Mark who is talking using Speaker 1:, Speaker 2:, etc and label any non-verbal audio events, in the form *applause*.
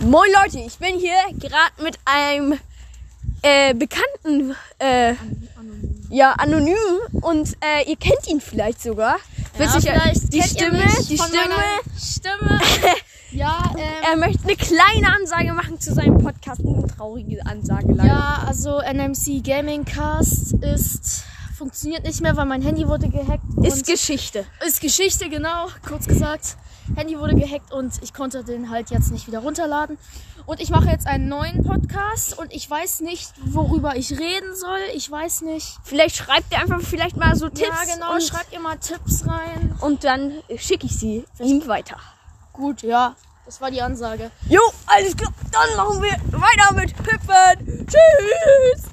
Speaker 1: Moin Leute, ich bin hier gerade mit einem äh, Bekannten, äh, ja, anonym und äh, ihr kennt ihn vielleicht sogar. Wird
Speaker 2: Ja,
Speaker 1: sicher-
Speaker 2: vielleicht
Speaker 1: die
Speaker 2: kennt ihr
Speaker 1: Stimme,
Speaker 2: mich
Speaker 1: die
Speaker 2: von
Speaker 1: Stimme.
Speaker 2: meiner Stimme.
Speaker 1: *laughs*
Speaker 2: ja, ähm,
Speaker 1: Er möchte eine kleine Ansage machen zu seinem Podcast, eine traurige Ansage leider.
Speaker 2: ja, also NMC Gaming Cast ist funktioniert nicht mehr, weil mein Handy wurde gehackt.
Speaker 1: Ist
Speaker 2: und
Speaker 1: Geschichte.
Speaker 2: ist Geschichte genau, kurz gesagt. Handy wurde gehackt und ich konnte den halt jetzt nicht wieder runterladen. Und ich mache jetzt einen neuen Podcast und ich weiß nicht, worüber ich reden soll. Ich weiß nicht.
Speaker 1: Vielleicht schreibt er einfach vielleicht mal so Tipps
Speaker 2: ja, genau.
Speaker 1: und,
Speaker 2: Schreibt ihr mal Tipps rein.
Speaker 1: und dann schicke ich sie ihm weiter.
Speaker 2: Gut, ja. Das war die Ansage.
Speaker 1: Jo, alles klar, dann machen wir weiter mit Pippen. Tschüss.